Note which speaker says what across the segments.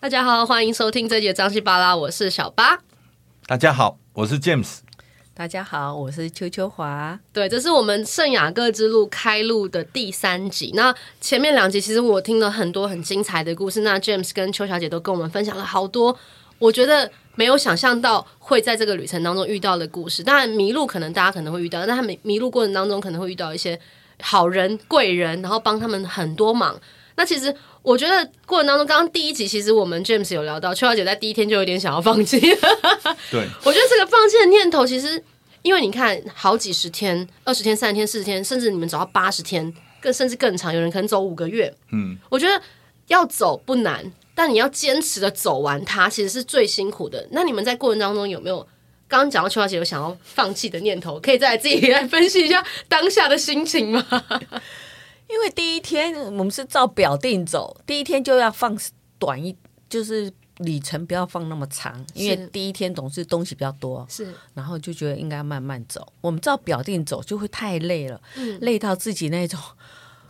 Speaker 1: 大家好，欢迎收听这节张西巴拉，我是小八。
Speaker 2: 大家好，我是 James。
Speaker 3: 大家好，我是邱秋华。
Speaker 1: 对，这是我们圣雅各之路开录的第三集。那前面两集其实我听了很多很精彩的故事，那 James 跟邱小姐都跟我们分享了好多，我觉得没有想象到会在这个旅程当中遇到的故事。当然迷路可能大家可能会遇到，但他们迷路过程当中可能会遇到一些好人、贵人，然后帮他们很多忙。那其实我觉得过程当中，刚刚第一集其实我们 James 有聊到，邱小姐在第一天就有点想要放弃。
Speaker 2: 对，
Speaker 1: 我觉得这个放弃的念头，其实因为你看，好几十天、二十天、三十天、四十天，甚至你们走到八十天，更甚至更长，有人可能走五个月。
Speaker 2: 嗯，
Speaker 1: 我觉得要走不难，但你要坚持的走完它，其实是最辛苦的。那你们在过程当中有没有？刚刚讲到邱小姐有想要放弃的念头，可以再来自己来分析一下当下的心情吗？
Speaker 3: 因为第一天我们是照表定走，第一天就要放短一，就是里程不要放那么长，因为
Speaker 1: 是
Speaker 3: 第一天总是东西比较多，
Speaker 1: 是
Speaker 3: 然后就觉得应该慢慢走。我们照表定走就会太累了，
Speaker 1: 嗯
Speaker 3: 累到自己那种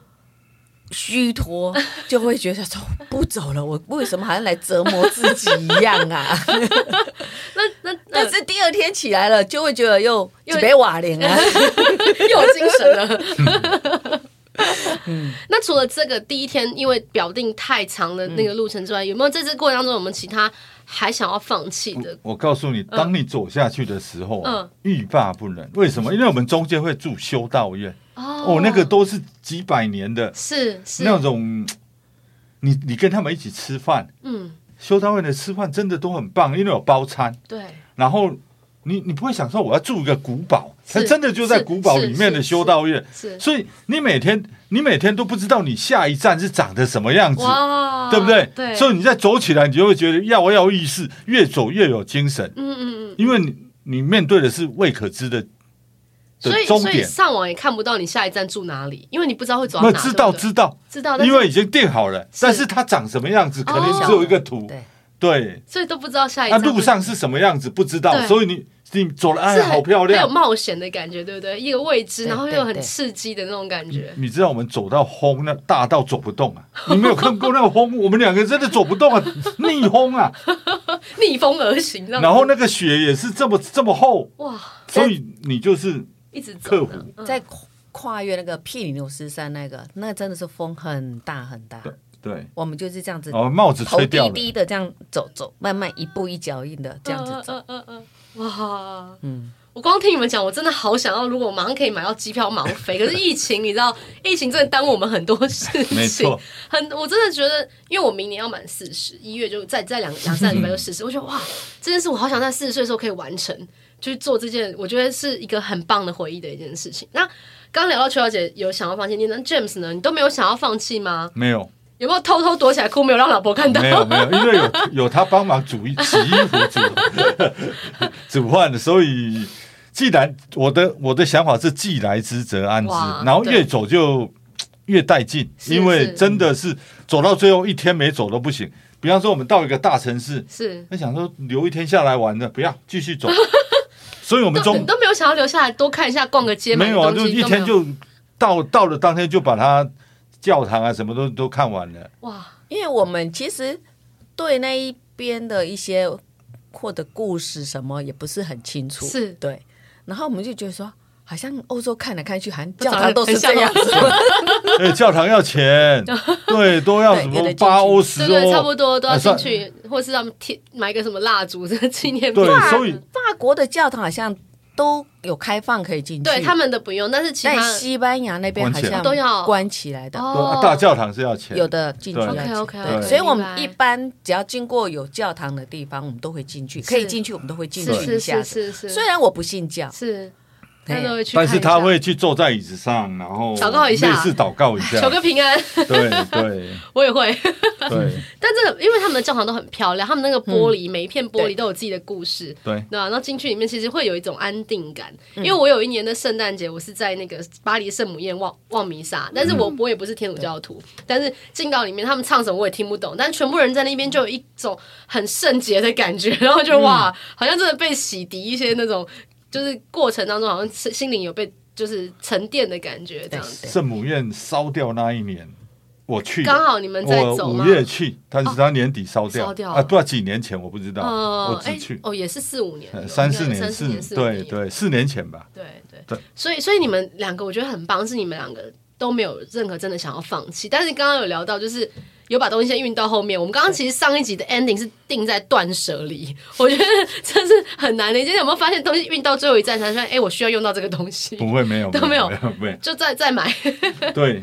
Speaker 3: 虚脱，就会觉得说不走了，我为什么好像来折磨自己一样 啊？
Speaker 1: 那那那
Speaker 3: 但是第二天起来了，就会觉得又
Speaker 1: 又
Speaker 3: 又没瓦 脸啊。
Speaker 1: 又有精神了。那除了这个第一天因为表定太长的那个路程之外，有没有在这过程当中我们其他还想要放弃的？
Speaker 2: 我告诉你，当你走下去的时候、啊
Speaker 1: 嗯，
Speaker 2: 欲罢不能。为什么？因为我们中间会住修道院，
Speaker 1: 哦
Speaker 2: 哦，那个都是几百年的
Speaker 1: 是是
Speaker 2: 那种，你你跟他们一起吃饭，
Speaker 1: 嗯，
Speaker 2: 修道院的吃饭真的都很棒，因为有包餐，
Speaker 1: 对，
Speaker 2: 然后。你你不会想说我要住一个古堡，它
Speaker 1: 是
Speaker 2: 真的就在
Speaker 1: 是
Speaker 2: 古堡
Speaker 1: 是
Speaker 2: 里面的
Speaker 1: 是
Speaker 2: 修
Speaker 1: 是
Speaker 2: 道院，
Speaker 1: 是
Speaker 2: 所以你每天你每天都不知道你下一站是长得什么样子，
Speaker 1: 哇，
Speaker 2: 对不对？
Speaker 1: 啊对，
Speaker 2: 所以你再走起来，你就会觉得要要有意识，越走越有精神，
Speaker 1: 嗯嗯嗯。
Speaker 2: 因为你你面对的是未可知的
Speaker 1: 所
Speaker 2: 的
Speaker 1: 以，
Speaker 2: 终
Speaker 1: 所以
Speaker 2: 点。
Speaker 1: 上网也看不到你下一站住哪里，因为你不知道会走到
Speaker 2: 那
Speaker 1: 哪。
Speaker 2: 知道
Speaker 1: 对不对
Speaker 2: 知道，
Speaker 1: 知道，但
Speaker 2: 因
Speaker 1: 是哦
Speaker 2: 为已经定好了，但是它长什么样子，可能只有一个图。
Speaker 3: 对，
Speaker 2: 对，
Speaker 1: 所以都不知道下一
Speaker 2: 那
Speaker 1: 站会。
Speaker 2: 路上是什么样子不知道，
Speaker 1: 对
Speaker 2: 所以你你走了，哎
Speaker 1: 是
Speaker 2: 呀，
Speaker 1: 很
Speaker 2: 好漂
Speaker 1: 很有
Speaker 2: 亮。
Speaker 1: 冒险的感觉，对不对？一个未知，
Speaker 3: 对
Speaker 1: 然后又
Speaker 3: 对
Speaker 1: 很
Speaker 3: 对
Speaker 1: 刺激的那种感觉。
Speaker 2: 你知道我们走到轰那大到走不 动啊！你没有看过那个轰，我们两个真的走不动啊，逆轰啊！
Speaker 1: 逆风而行，让
Speaker 2: 然后那个雪也是这么这么厚，
Speaker 1: 哇，
Speaker 2: 所以你就是
Speaker 1: 一直走
Speaker 2: 克
Speaker 1: 呢
Speaker 2: 服。
Speaker 3: 在跨跨越那个毗尼牛斯山那个，那真的是风很大很大
Speaker 2: 对。对，
Speaker 3: 我们就是这样子，
Speaker 2: 哦，帽子
Speaker 3: 头
Speaker 2: 吹掉
Speaker 3: 低
Speaker 2: 了。
Speaker 3: 低的这样走走，慢慢一步一脚印的这样子走。
Speaker 1: 嗯嗯嗯嗯嗯，哇，
Speaker 3: 嗯，
Speaker 1: 我光听你们讲，我真的好想要，如果我马上可以买到机票，马上飞。可是疫情，你知道，疫情真的耽误我们很多事情。
Speaker 2: 没错，
Speaker 1: 很，我真的觉得，因为我明年要满四十，一月就再再两两三个礼拜就四十，我觉得哇，这件事我好想在四十岁的时候可以完成，就是做这件，我觉得是一个很棒的回忆的一件事情。那刚聊到邱小姐有想要放弃，你那 James 呢？你都没有想要放弃吗？
Speaker 2: 没有，
Speaker 1: 有没有偷偷躲起来哭，没有让老婆看到？
Speaker 2: 没有，没有，因为有有他帮忙煮一 洗衣服、煮煮 饭，所以既然我的我的想法是既来之则安之
Speaker 1: 哇，
Speaker 2: 然后
Speaker 1: 对
Speaker 2: 越走就越带劲，
Speaker 1: 是
Speaker 2: 因为
Speaker 1: 是
Speaker 2: 真的是走到最后一天没走都不行。比方说，我们到一个大城市，
Speaker 1: 是。
Speaker 2: 那想说留一天下来玩的，不要 继续走，所以我们
Speaker 1: 都
Speaker 2: 中
Speaker 1: 都没有想要留下来多看一下、逛个街，
Speaker 2: 没有
Speaker 1: 买
Speaker 2: 啊，
Speaker 1: 个
Speaker 2: 就
Speaker 1: 东西
Speaker 2: 一
Speaker 1: 都没有
Speaker 2: 天就到到了当天就把它教堂啊什么都都看完了。
Speaker 1: 哇，
Speaker 3: 因为我们其实对那一边的一些或者故事什么也不是很清楚，
Speaker 1: 是
Speaker 3: 对。然后我们就觉得说，好像欧洲看来看去，好像
Speaker 1: 长
Speaker 3: 教
Speaker 1: 得
Speaker 3: 堂都是
Speaker 1: 很像
Speaker 3: 这样子。
Speaker 2: 哎，教堂 要钱，对，都要什
Speaker 3: 对有
Speaker 2: 么
Speaker 3: 的进去
Speaker 2: 八欧十
Speaker 1: 对
Speaker 2: 欧，
Speaker 1: 对，差不多都要
Speaker 2: 啊
Speaker 1: 进
Speaker 2: 算
Speaker 1: 去，或是他们贴买个什么蜡烛这个纪念品。
Speaker 2: 对
Speaker 1: 哇，
Speaker 2: 所以
Speaker 3: 法国的教堂好像都有开放可以进去，
Speaker 1: 对他们的不用，但是其他
Speaker 3: 但西班牙那边好
Speaker 2: 关起来
Speaker 3: 像
Speaker 1: 都要
Speaker 3: 关起来的，
Speaker 2: 对
Speaker 1: 哦
Speaker 2: 啊，大教堂是要钱，
Speaker 3: 有的进去
Speaker 2: 对
Speaker 3: 要进
Speaker 1: OK，OK，OK，
Speaker 3: 对
Speaker 2: 对
Speaker 3: 所以我
Speaker 1: 明
Speaker 3: 们
Speaker 1: 白
Speaker 3: 一般只要经过有教堂的地方，我们都会进去，可以进去我们都会进
Speaker 1: 是
Speaker 3: 去一
Speaker 1: 是
Speaker 3: 下
Speaker 1: 是
Speaker 3: 子。
Speaker 1: 是是
Speaker 3: 虽然我不信教，
Speaker 1: 是，
Speaker 3: 哎
Speaker 1: 他都会去看
Speaker 2: 但
Speaker 1: 一下，
Speaker 2: 是他会去坐在椅子上，然后
Speaker 1: 祷告一下
Speaker 2: 类似祷告一 下
Speaker 1: 求，个平安，
Speaker 2: 对对
Speaker 1: 我也会。
Speaker 2: 对
Speaker 1: 但这个因为他们的教堂都很漂亮，他们那个玻璃、每一片玻璃
Speaker 3: 嗯对
Speaker 1: 都有自己的故事。
Speaker 2: 对，
Speaker 1: 对啊，然后进去里面其实会有一种安定感，因为我有一年的圣诞节，我是在那个巴黎圣母院望望弥撒，但是我我也不是天主教徒，但是进到里面他们唱什么我也听不懂，但全部人在那边就有一种很圣洁的感觉， 然后就哇，好像真的被洗涤一些那种，就是过程当中好像是心灵有被就是沉淀的感觉这样子。
Speaker 3: 对
Speaker 2: 圣母院烧掉那一年，我去的，
Speaker 1: 刚好你们在
Speaker 2: 我
Speaker 1: 走
Speaker 2: 五
Speaker 1: 吗？哦
Speaker 2: 月去，但是他年底烧掉，
Speaker 1: 烧掉
Speaker 2: 啊，不知道几年前我不知道，
Speaker 1: 呃
Speaker 2: 我，只
Speaker 1: 哎
Speaker 2: 去、
Speaker 1: 哦，也是四五年
Speaker 2: 呃
Speaker 1: 了，
Speaker 2: 三四
Speaker 1: 应该有
Speaker 2: 年，
Speaker 1: 三四年，四五
Speaker 2: 对
Speaker 1: 年
Speaker 2: 对，四年前吧。
Speaker 1: 对对
Speaker 2: 对
Speaker 1: 所以所以你们两个我觉得很棒，是你们两个都没有任何真的想要放弃。但是刚刚有聊到，就是有把东西先运到后面。我们刚刚其实上一集的 ending 是定在断舍离，我觉得这是很难的。你今天有没有发现东西运到最后一站才发现，哎、我需要用到这个东西，
Speaker 2: 不会，没有，
Speaker 1: 都没有
Speaker 2: 没有，没
Speaker 1: 就再再买。
Speaker 2: 有，对，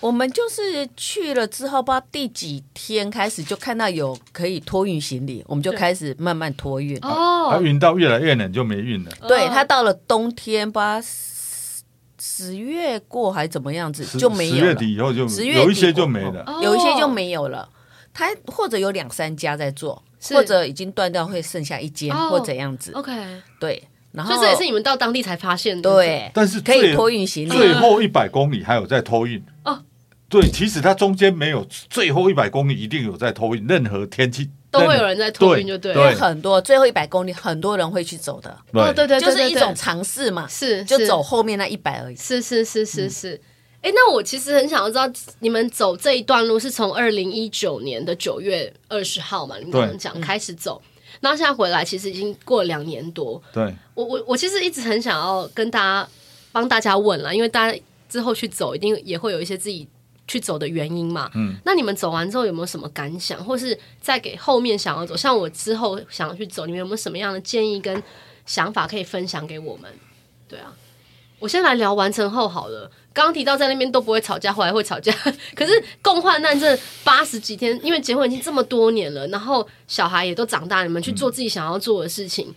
Speaker 3: 我们就是去了之后，不知道第几天开始就看到有可以托运行李，我们就
Speaker 1: 对
Speaker 3: 开始慢慢托运。
Speaker 2: 它
Speaker 1: 哦，
Speaker 2: 啊运到越来越冷就没运了。
Speaker 3: 对，
Speaker 1: 哦
Speaker 3: 它到了冬天，不知道十十月过还怎么样子
Speaker 2: 十
Speaker 3: 就没
Speaker 2: 十
Speaker 3: 有
Speaker 2: 月
Speaker 3: 了，
Speaker 2: 底以后就
Speaker 3: 十月底
Speaker 2: 有一些就没了，
Speaker 1: 哦
Speaker 3: 有一些就没有了。它或者有两三家在做，
Speaker 1: 是
Speaker 3: 或者已经断掉，会剩下一间、
Speaker 1: 哦
Speaker 3: 或怎样子。
Speaker 1: OK，
Speaker 3: 对，然
Speaker 1: 所
Speaker 3: 后
Speaker 1: 以这也是你们到当地才发现的。
Speaker 3: 对，
Speaker 2: 但是
Speaker 3: 可以
Speaker 2: 最
Speaker 3: 托运行
Speaker 1: 嗯
Speaker 2: 最
Speaker 3: 李。
Speaker 2: 后一百公里还有在偷运
Speaker 1: 啊哦。
Speaker 2: 对，其实它中间没有，最后一百公里一定有在偷运，任何天气
Speaker 1: 都会
Speaker 2: 任何
Speaker 1: 有人在托运就对
Speaker 2: 对
Speaker 1: 了
Speaker 3: 有很多，最后一百公里，很多人会去走的，
Speaker 1: 哦，对对对对
Speaker 3: 就是一
Speaker 1: 对
Speaker 3: 种尝试嘛，
Speaker 1: 是
Speaker 3: 就是走后面那一百而已。
Speaker 1: 是是是是是。哎、那我其实很想要知道，你们走这一段路是从二零一九年的九月二十号嘛？你们刚刚
Speaker 2: 对
Speaker 1: 讲开始走，然后现在回来，其实已经过了两年多。
Speaker 2: 对，
Speaker 1: 我我我其实一直很想要跟大家帮大家问了，因为大家之后去走，一定也会有一些自己去走的原因嘛。
Speaker 2: 嗯，
Speaker 1: 那你们走完之后有没有什么感想，或是再给后面想要走，像我之后想要去走，你们有没有什么样的建议跟想法可以分享给我们？对啊，我先来聊完成后好了。刚刚提到在那边都不会吵架，后来会吵架。可是共患难这八十几天，因为结婚已经这么多年了，然后小孩也都长大，你们去做自己想要做的事情，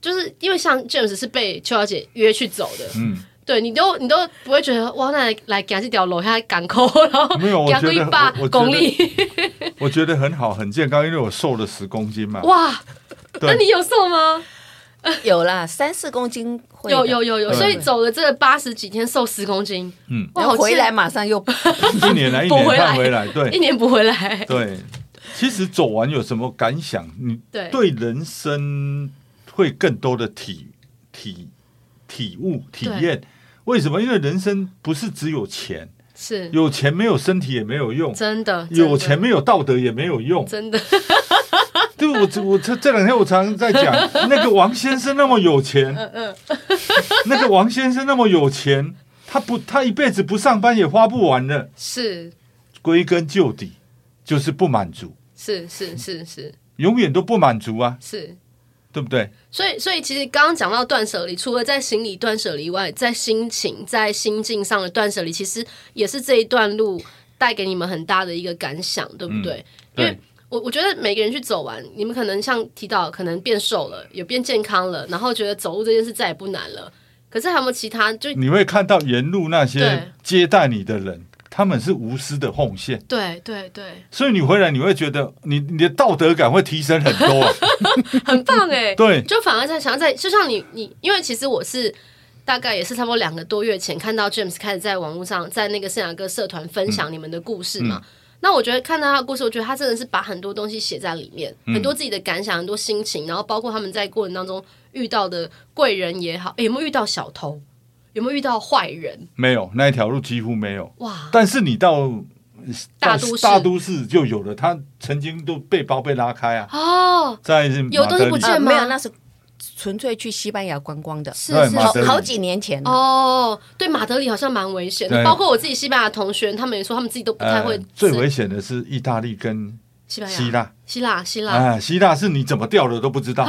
Speaker 1: 就是因为像 James 是被邱小姐约去走的，
Speaker 2: 嗯，
Speaker 1: 对你都你都不会觉得哇，那来来赶这条楼下赶扣，然后
Speaker 2: 没有我
Speaker 1: 赶
Speaker 2: 觉得
Speaker 1: 一把
Speaker 2: 我我觉得
Speaker 1: 公 里，
Speaker 2: 我觉得很好，很健康，因为我瘦了十公斤嘛。
Speaker 1: 哇！
Speaker 2: 对
Speaker 1: 那你有瘦吗？
Speaker 3: 有啦，三四公斤会的
Speaker 1: 有有有有，
Speaker 2: 对
Speaker 1: 所以走了这八十几天，瘦十公斤，
Speaker 2: 嗯，
Speaker 1: 哇
Speaker 3: 然后回来马上又
Speaker 2: 一年来一
Speaker 1: 补
Speaker 2: 年
Speaker 1: 回来
Speaker 2: 看回来，
Speaker 1: 一
Speaker 2: 对
Speaker 1: 年不回来。
Speaker 2: 对。其实走完有什么感想？你
Speaker 1: 对
Speaker 2: 对人生会更多的体体体悟体验。为什么？因为人生不是只有钱，
Speaker 1: 是
Speaker 2: 有钱没有身体也没有用，
Speaker 1: 嗯真的，真的
Speaker 2: 有钱没有道德也没有用。
Speaker 1: 真的
Speaker 2: 对，我这我这这两天我常常 在讲，那个王先生那么有钱，
Speaker 1: 嗯
Speaker 2: 那个王先生那么有钱，他不他一辈子不上班也花不完了。
Speaker 1: 是
Speaker 2: 归根究底，就是不满足，
Speaker 1: 是是是是
Speaker 2: 永远都不满足啊，
Speaker 1: 是。
Speaker 2: 对不对？
Speaker 1: 所以，所以其实刚刚讲到断舍离，除了在行李断舍离以外，在心情、在心境上的断舍离，其实也是这一段路带给你们很大的一个感想，对不对？因为
Speaker 2: 对，
Speaker 1: 我我觉得每个人去走完，你们可能像提到，可能变瘦了，有变健康了，然后觉得走路这件事再也不难了。可是还有没有其他？ 就
Speaker 2: 你会看到沿路那
Speaker 1: 对
Speaker 2: 些接待你的人，他们是无私的奉献，
Speaker 1: 对对对，
Speaker 2: 所以你回来你会觉得你你的道德感会提升很多、啊。
Speaker 1: 很棒哎、
Speaker 2: 对
Speaker 1: 就反而在想要在，就像你你，因为其实我是大概也是差不多两个多月前看到 James 开始在网络上在那个圣雅各社团分享你们的故事
Speaker 2: 嗯
Speaker 1: 嘛。那我觉得看到他的故事，我觉得他真的是把很多东西写在里面，
Speaker 2: 嗯
Speaker 1: 很多自己的感想，很多心情，然后包括他们在过程当中遇到的贵人也好，诶有没有遇到小偷，有没有遇到坏人？
Speaker 2: 没有那一条路几乎没有，
Speaker 1: 哇，
Speaker 2: 但是你到
Speaker 1: 大
Speaker 2: 到
Speaker 1: 都市
Speaker 2: 哦大都市就有了，他曾经都背包被拉开啊，
Speaker 1: 哦，
Speaker 2: 在马
Speaker 1: 有东西
Speaker 2: 德
Speaker 1: 不
Speaker 2: 里
Speaker 1: 见
Speaker 3: 呃
Speaker 1: 吗
Speaker 3: 没有，那是纯粹去西班牙观光的，
Speaker 1: 是
Speaker 2: 对
Speaker 1: 是
Speaker 2: 马
Speaker 1: 是
Speaker 3: 好
Speaker 2: 德里
Speaker 3: 好几年前啊了。
Speaker 1: 哦，对，马德里好像蛮危险的，
Speaker 2: 对
Speaker 1: 包括我自己西班牙同学，他们也说他们自己都不太会
Speaker 2: 呃
Speaker 1: 吃、
Speaker 2: 最危险的是意大利跟
Speaker 1: 西班牙、
Speaker 2: 希腊。
Speaker 1: 希腊、希腊，
Speaker 2: 啊，希腊是你怎么掉的都不知道，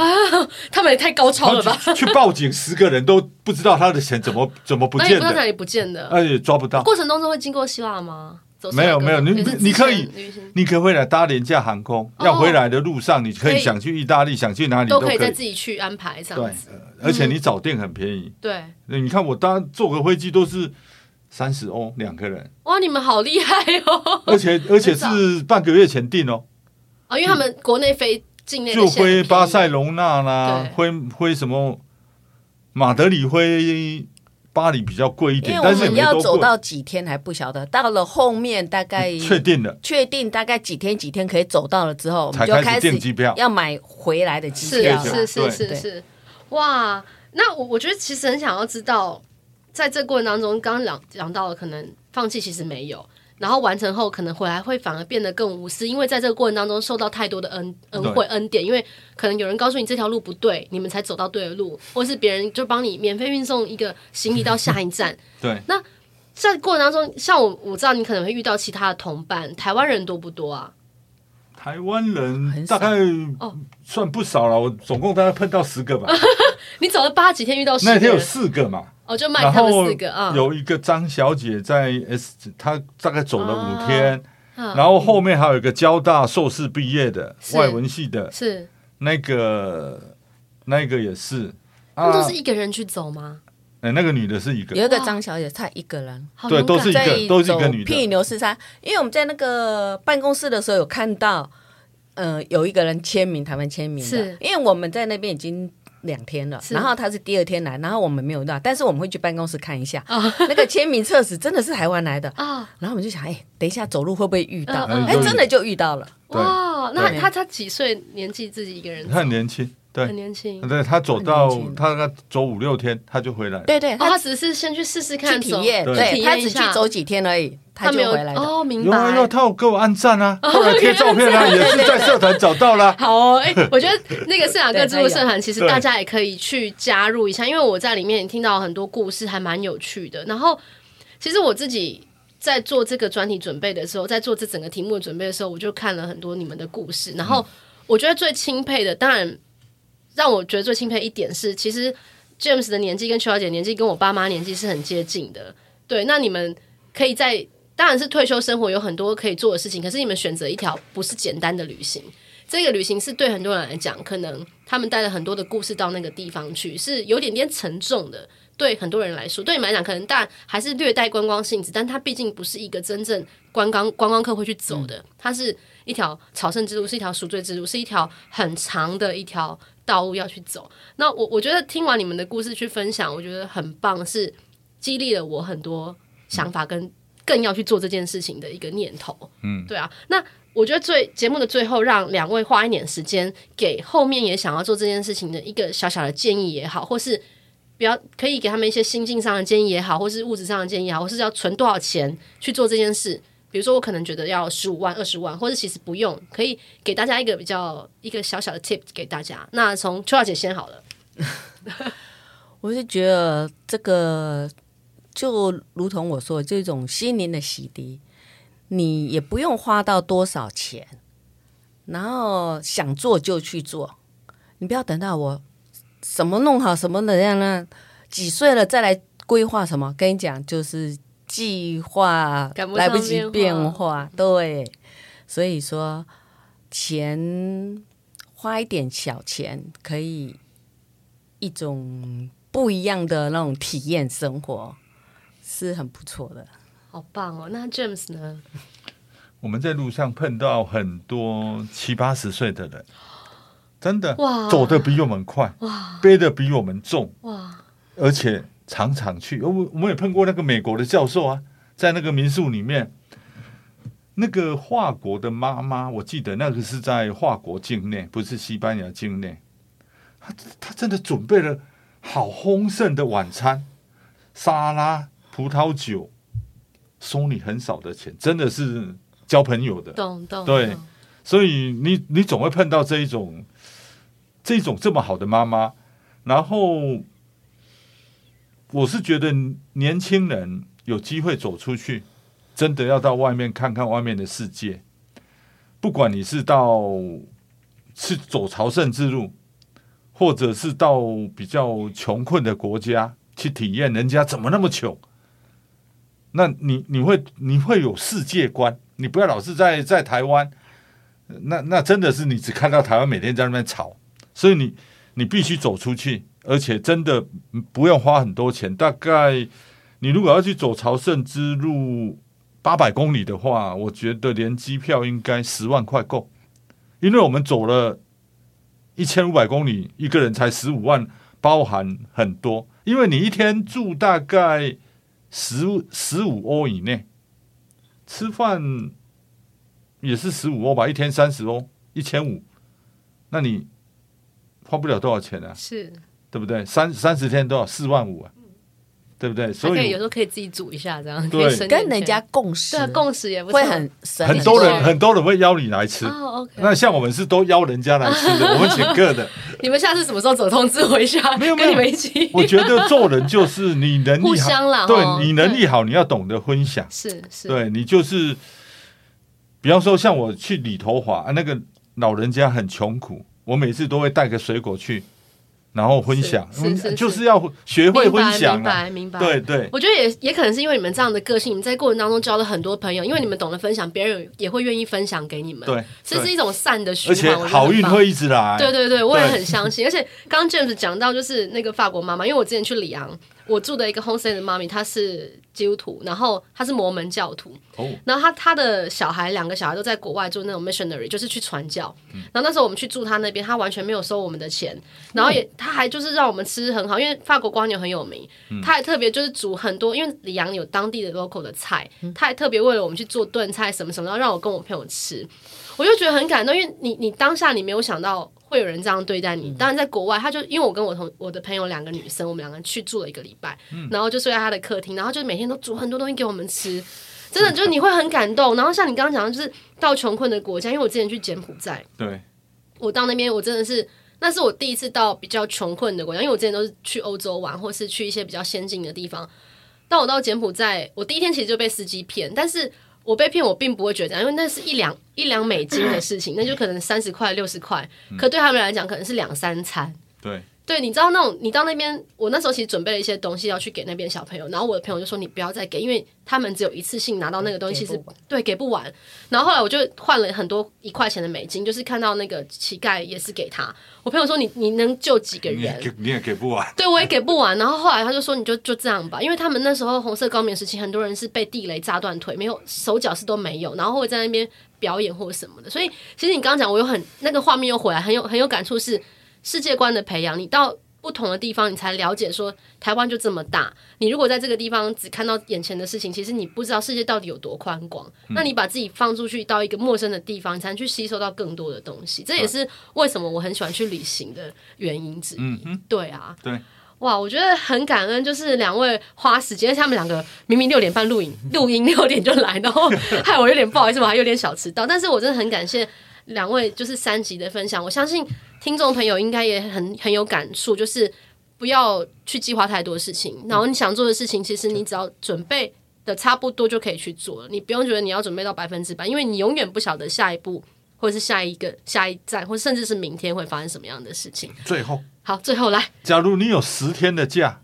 Speaker 1: 他们也太高哎超了
Speaker 2: 然
Speaker 1: 吧？
Speaker 2: 后去去报警，十个人都不知道他的钱怎么怎么不
Speaker 1: 那也
Speaker 2: 见
Speaker 1: 不知道哪
Speaker 2: 的，
Speaker 1: 里不见的。
Speaker 2: 而且抓不到。
Speaker 1: 过程当中会经过希腊吗？走
Speaker 2: 没有
Speaker 1: 希腊
Speaker 2: 没
Speaker 1: 跟
Speaker 2: 有，你
Speaker 1: 也是
Speaker 2: 你可以
Speaker 1: 之前旅行
Speaker 2: 你可回来搭廉价航空，
Speaker 3: 哦
Speaker 2: 要回来的路上你可
Speaker 1: 可以
Speaker 2: 以想去意大利，想去哪里
Speaker 1: 都
Speaker 2: 可
Speaker 1: 可以再自己去安排这
Speaker 2: 对，
Speaker 1: 样
Speaker 2: 呃
Speaker 1: 子。
Speaker 2: 而
Speaker 3: 嗯
Speaker 2: 且你找店很便宜，
Speaker 1: 对，
Speaker 2: 你看我搭坐个飞机都是三十欧两个人，
Speaker 1: 哇，你们好厉害哦！
Speaker 2: 而且而且是半个月前订哦，
Speaker 1: 啊，因为他们国内飞境内的
Speaker 2: 就
Speaker 1: 线很
Speaker 2: 飞
Speaker 1: 便宜
Speaker 2: 巴塞隆纳啦
Speaker 1: 对，
Speaker 2: 飞飞什么马德里，飞巴黎比较贵一
Speaker 3: 因
Speaker 2: 点
Speaker 3: 为，我
Speaker 2: 但是也
Speaker 3: 们
Speaker 2: 没
Speaker 3: 要
Speaker 2: 多
Speaker 3: 走
Speaker 2: 贵。
Speaker 3: 到几天还不晓得，到了后面大概
Speaker 2: 确定了，
Speaker 3: 确定大概几天几天可以走到了之后，我们
Speaker 2: 才
Speaker 3: 就
Speaker 2: 开
Speaker 3: 开
Speaker 2: 始
Speaker 3: 始
Speaker 2: 订机票。
Speaker 3: 要买回来的机
Speaker 1: 是啊
Speaker 3: 票
Speaker 2: 对
Speaker 3: 啦
Speaker 1: 是是
Speaker 2: 对
Speaker 1: 是
Speaker 3: 对
Speaker 1: 是，哇！那我我觉得其实很想要知道，在这过程当中，刚刚讲讲到了，可能放弃其实没有，然后完成后可能回来会反而变得更无私，因为在这个过程当中受到太多的恩恩惠恩典，因为可能有人告诉你这条路不对，你们才走到对的路，或是别人就帮你免费运送一个行李到下一站。
Speaker 2: 对，
Speaker 1: 在过程当中，像我我知道你可能会遇到其他的同伴，台湾人多不多啊？
Speaker 2: 台湾人
Speaker 3: 很
Speaker 2: 大
Speaker 3: 少
Speaker 2: 概
Speaker 1: 哦
Speaker 2: 算不少了，我总共大概碰到十个吧，
Speaker 1: 你走了八几天遇到十
Speaker 2: 那
Speaker 1: 个
Speaker 2: 天有
Speaker 1: 人，
Speaker 2: 四个嘛，
Speaker 1: 哦，就卖
Speaker 2: 然
Speaker 1: 他们
Speaker 2: 后
Speaker 1: 四个啊，
Speaker 2: 有一个张小姐在 S，她大概走了五天，
Speaker 1: 啊
Speaker 2: 然后后面还有一个交大硕士毕业的
Speaker 1: 是
Speaker 2: 外文系的
Speaker 1: 是
Speaker 2: 那个，那个也是
Speaker 1: 那
Speaker 2: 啊，
Speaker 1: 都是一个人去走吗？
Speaker 2: 哎那个女的是一个，
Speaker 3: 有一个张小姐，她一个人
Speaker 1: 好
Speaker 2: 对
Speaker 1: 勇
Speaker 2: 都
Speaker 1: 敢
Speaker 2: 是一个
Speaker 3: 在
Speaker 2: 都是一个
Speaker 3: 走
Speaker 2: 女的
Speaker 3: 屁牛四三，因为我们在那个办公室的时候有看到，呃，有一个人签名，台湾签名的
Speaker 1: 是，
Speaker 3: 因为我们在那边已经。两天了，
Speaker 1: 是
Speaker 3: 然后他是第二天来，然后我们没有到，但是我们会去办公室看一下，
Speaker 1: 啊
Speaker 3: 那个签名册纸真的是台湾来的，
Speaker 1: 啊
Speaker 3: 然后我们就想，哎、等一下走路会不会遇到？
Speaker 1: 嗯嗯哦
Speaker 3: 哎、
Speaker 2: 嗯
Speaker 3: 真的就遇到了，
Speaker 2: 对
Speaker 1: 哇！那
Speaker 3: 对
Speaker 1: 他他几岁年纪自己一个人
Speaker 2: 她很年轻，
Speaker 1: 很
Speaker 2: 对，
Speaker 1: 年轻哦，
Speaker 2: 对，她走到
Speaker 3: 很年轻
Speaker 2: 她大概走五六天，她就回来了，
Speaker 3: 对对，他
Speaker 1: 他只是先去试试
Speaker 3: 去
Speaker 1: 看
Speaker 3: 体
Speaker 1: 走
Speaker 3: 验，
Speaker 2: 对
Speaker 1: 体
Speaker 3: 对他
Speaker 1: 验一
Speaker 3: 只
Speaker 1: 下
Speaker 3: 去走几天而已，
Speaker 1: 他
Speaker 3: 就
Speaker 1: 没有
Speaker 3: 回来了。
Speaker 1: 哦，明
Speaker 2: 有啊
Speaker 1: 白
Speaker 2: 有啊，她有给我按赞啊，后来贴 照片啊，也是在社团找到了，啊
Speaker 1: 好哦，哎、我觉得那个圣雅各之路
Speaker 3: 对他有
Speaker 1: 社团，其实
Speaker 2: 对
Speaker 1: 大家也可以去加入一下，因为我在里面也听到很多故事，还蛮有趣的。然后，其实我自己在做这个专题准备的时候，在做这整个题目的准备的时候，我就看了很多你们的故事。然后，我觉得最钦佩的，当然让我觉得最钦佩一点是，其实 James 的年纪跟邱小姐的年纪跟我爸妈年纪是很接近的。对，那你们可以在。当然是退休生活有很多可以做的事情，可是你们选择一条不是简单的旅行，这个旅行是对很多人来讲，可能他们带了很多的故事到那个地方去，是有点点沉重的。对很多人来说，对你们来讲，可能但还是略带观光性质，但它毕竟不是一个真正观光观光客会去走的，它是一条朝圣之路，是一条赎罪之路，是一条很长的一条道路要去走。那我我觉得听完你们的故事去分享，我觉得很棒，是激励了我很多想法跟更要去做这件事情的一个念头。
Speaker 2: 嗯，
Speaker 1: 对啊，那我觉得最节目的最后，让两位花一点时间给后面也想要做这件事情的一个小小的建议也好，或是比较可以给他们一些心境上的建议也好，或是物质上的建议也好，或是要存多少钱去做这件事。比如说，我可能觉得要十五万、二十万，或者其实不用，可以给大家一个比较一个小小的 tip 给大家。那从邱小姐先好了，
Speaker 3: 我是觉得这个就如同我说，这种心灵的洗涤，你也不用花到多少钱，然后想做就去做，你不要等到我什么弄好什么怎样呢？几岁了再来规划什么？跟你讲，就是计划
Speaker 1: 赶不上
Speaker 3: 来不及
Speaker 1: 变化
Speaker 3: 变化，对，所以说钱花一点小钱可以一种不一样的那种体验生活，是很不错的。
Speaker 1: 好棒哦。那 James 呢？
Speaker 2: 我们在路上碰到很多七八十岁的人，真的
Speaker 1: 哇
Speaker 2: 走的比我们快，背的比我们重，
Speaker 1: 哇，
Speaker 2: 而且常常去。哦我我们也碰过那个美国的教授啊，在那个民宿里面，那个法国的妈妈，我记得那个是在法国境内，不是西班牙境内。她她真的准备了好丰盛的晚餐，沙拉、葡萄酒，收你很少的钱，真的是交朋友的。
Speaker 1: 懂懂
Speaker 2: 对
Speaker 1: 懂
Speaker 2: 所以你你总会碰到这一种这一种这么好的妈妈，然后我是觉得年轻人有机会走出去，真的要到外面看看外面的世界，不管你是到是走朝圣之路，或者是到比较穷困的国家去体验人家怎么那么穷。那你你会你会有世界观，你不要老是在在台湾，那那真的是你只看到台湾每天在那边吵，所以你你必须走出去，而且真的不用花很多钱，大概你如果要去走朝圣之路八百公里的话，我觉得连机票应该十万块够，因为我们走了一千五百公里，一个人才十五万，包含很多，因为你一天住大概十十五欧以内，吃饭也是十五欧吧，一天三十欧，一千五，那你花不了多少钱啊，
Speaker 1: 是
Speaker 2: 对不对？三三十天多少？四万五啊，对不对？
Speaker 1: 还
Speaker 2: 所
Speaker 1: 可以
Speaker 2: 以
Speaker 1: 有时候可以自己煮一下，这样
Speaker 2: 对
Speaker 1: 可以省点钱
Speaker 3: 跟人家共识，
Speaker 1: 对啊共识也不错
Speaker 3: 会很省
Speaker 2: 很多
Speaker 1: 很
Speaker 2: 人
Speaker 1: 多
Speaker 2: 很多人会邀你来吃。
Speaker 1: 哦，OK。
Speaker 2: 那像我们是都邀人家来吃 的，我们请客的。
Speaker 1: 你们下次什么时候走通知我一下，
Speaker 2: 没有没有
Speaker 1: 跟你们一起。
Speaker 2: 我觉得做人就是你能
Speaker 1: 互
Speaker 2: 力
Speaker 1: 相啦
Speaker 2: 好，
Speaker 1: 哦
Speaker 2: 对你能
Speaker 1: 对
Speaker 2: 力好，你要懂得分 享。
Speaker 1: 是是，
Speaker 2: 对你就是，比方说像我去里头华，啊那个老人家很穷苦，我每次都会带个水果去，然后分享，
Speaker 1: 是是
Speaker 2: 嗯
Speaker 1: 是
Speaker 2: 就是要学会
Speaker 1: 明
Speaker 2: 分
Speaker 1: 白
Speaker 2: 享
Speaker 1: 明
Speaker 2: 啊。
Speaker 1: 白明白。
Speaker 2: 对对
Speaker 1: 我觉得也也可能是因为你们这样的个性，你们在过程当中交了很多朋友，因为你们懂得分享，别人也会愿意分享给你们。，
Speaker 2: 对，
Speaker 1: 这是
Speaker 2: 对
Speaker 1: 一种善的循
Speaker 2: 而
Speaker 1: 环。
Speaker 2: 且
Speaker 1: 我觉得
Speaker 2: 好
Speaker 1: 很
Speaker 2: 运
Speaker 1: 棒
Speaker 2: 会一直来。
Speaker 1: 对对对，我也
Speaker 2: 对
Speaker 1: 很相 信。而且刚刚 James 讲到，就是那个法国妈妈，因为我之前去里昂，我住的一个 homestay 的妈咪，她是基督徒，然后她是摩门教徒，
Speaker 2: 哦，
Speaker 1: 然后她她的小孩两个小孩都在国外做那种 missionary，就是去传教。然后那时候我们去住她那边，她完全没有收我们的钱，然后也她还就是让我们吃很好，因为法国瓜牛很有名，她还特别就是煮很多，因为里昂有当地的 local 的菜，她还特别为了我们去做炖菜什么什么，然后让我跟我朋友吃。我就觉得很感动，因为你你当下你没有想到会有人这样对待你。当然，在国外，他就因为我跟我同我的朋友两个女生，我们两个人去住了一个礼拜，然后就睡在他的客厅，然后就每天都煮很多东西给我们吃。真的，就是你会很感动。然后像你刚刚讲的，就是到穷困的国家，因为我之前去柬埔寨，
Speaker 2: 对，
Speaker 1: 我到那边我真的是，那是我第一次到比较穷困的国家，因为我之前都是去欧洲玩，或是去一些比较先进的地方。但我到柬埔寨，我第一天其实就被司机骗，但是我被骗我并不会觉得怎样，因为那是一两一两美金的事情，那就可能三十块六十块，可对他们来讲可能是两三餐。
Speaker 2: 对，
Speaker 1: 对，你知道那种你到那边，我那时候其实准备了一些东西要去给那边小朋友，然后我的朋友就说你不要再给，因为他们只有一次性拿到那个东西，
Speaker 3: 给
Speaker 1: 其实
Speaker 3: 不完
Speaker 1: 对给不完。然后后来我就换了很多一块钱的美金，就是看到那个乞丐也是给他，我朋友说你你能救几个
Speaker 2: 你也
Speaker 1: 人？
Speaker 2: 给你也给不完。
Speaker 1: 对，我也给不完。然后后来他就说，你就就这样吧，因为他们那时候红色高棉时期，很多人是被地雷炸断腿，没有手脚是都没有，然后会在那边表演或什么的。所以其实你刚刚讲，我有很那个画面又回来，很有很有感触是，世界观的培养。你到不同的地方，你才了解说台湾就这么大。你如果在这个地方只看到眼前的事情，其实你不知道世界到底有多宽广。
Speaker 2: 嗯
Speaker 1: 那你把自己放出去到一个陌生的地方，你才能去吸收到更多的东西。这也是为什么我很喜欢去旅行的原因之一。
Speaker 2: 嗯哼，
Speaker 1: 对啊，
Speaker 2: 对，
Speaker 1: 哇，我觉得很感恩，就是两位花时间，他们两个明明六点半录影，录音六点就来，然后害我有点不好意思，我还有点小迟到，但是我真的很感谢两位就是三集的分享，我相信听众朋友应该也很 很有感触，就是不要去计划太多事情，然后你想做的事情，其实你只要准备。的差不多就可以去做了，你不用觉得你要准备到百分之百，因为你永远不晓得下一步或者是下一个下一站，或甚至是明天会发生什么样的事情。
Speaker 2: 最后，
Speaker 1: 好，最后来
Speaker 2: 假如你有十天的假，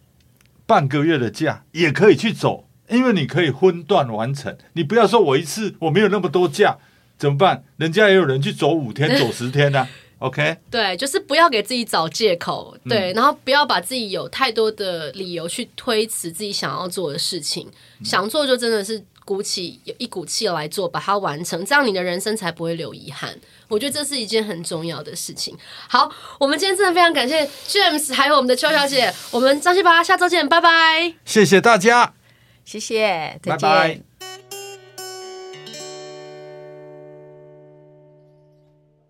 Speaker 2: 半个月的假，也可以去走，因为你可以分段完成。你不要说我一次我没有那么多假，怎么办？人家也有人去走五天、走十天呢、OK，啊
Speaker 1: 对，就是不要给自己找借口，对，然后不要把自己有太多的理由去推辞自己想要做的事情，想做就真的是鼓起有一股气来做，把它完成，这样你的人生才不会留遗憾。我觉得这是一件很重要的事情。好，我们今天真的非常感谢 James 还有我们的邱小姐，我们张西吧，下周见，拜拜。
Speaker 2: 谢谢大家，
Speaker 3: 谢谢，再
Speaker 2: 拜
Speaker 3: 见。
Speaker 2: 拜。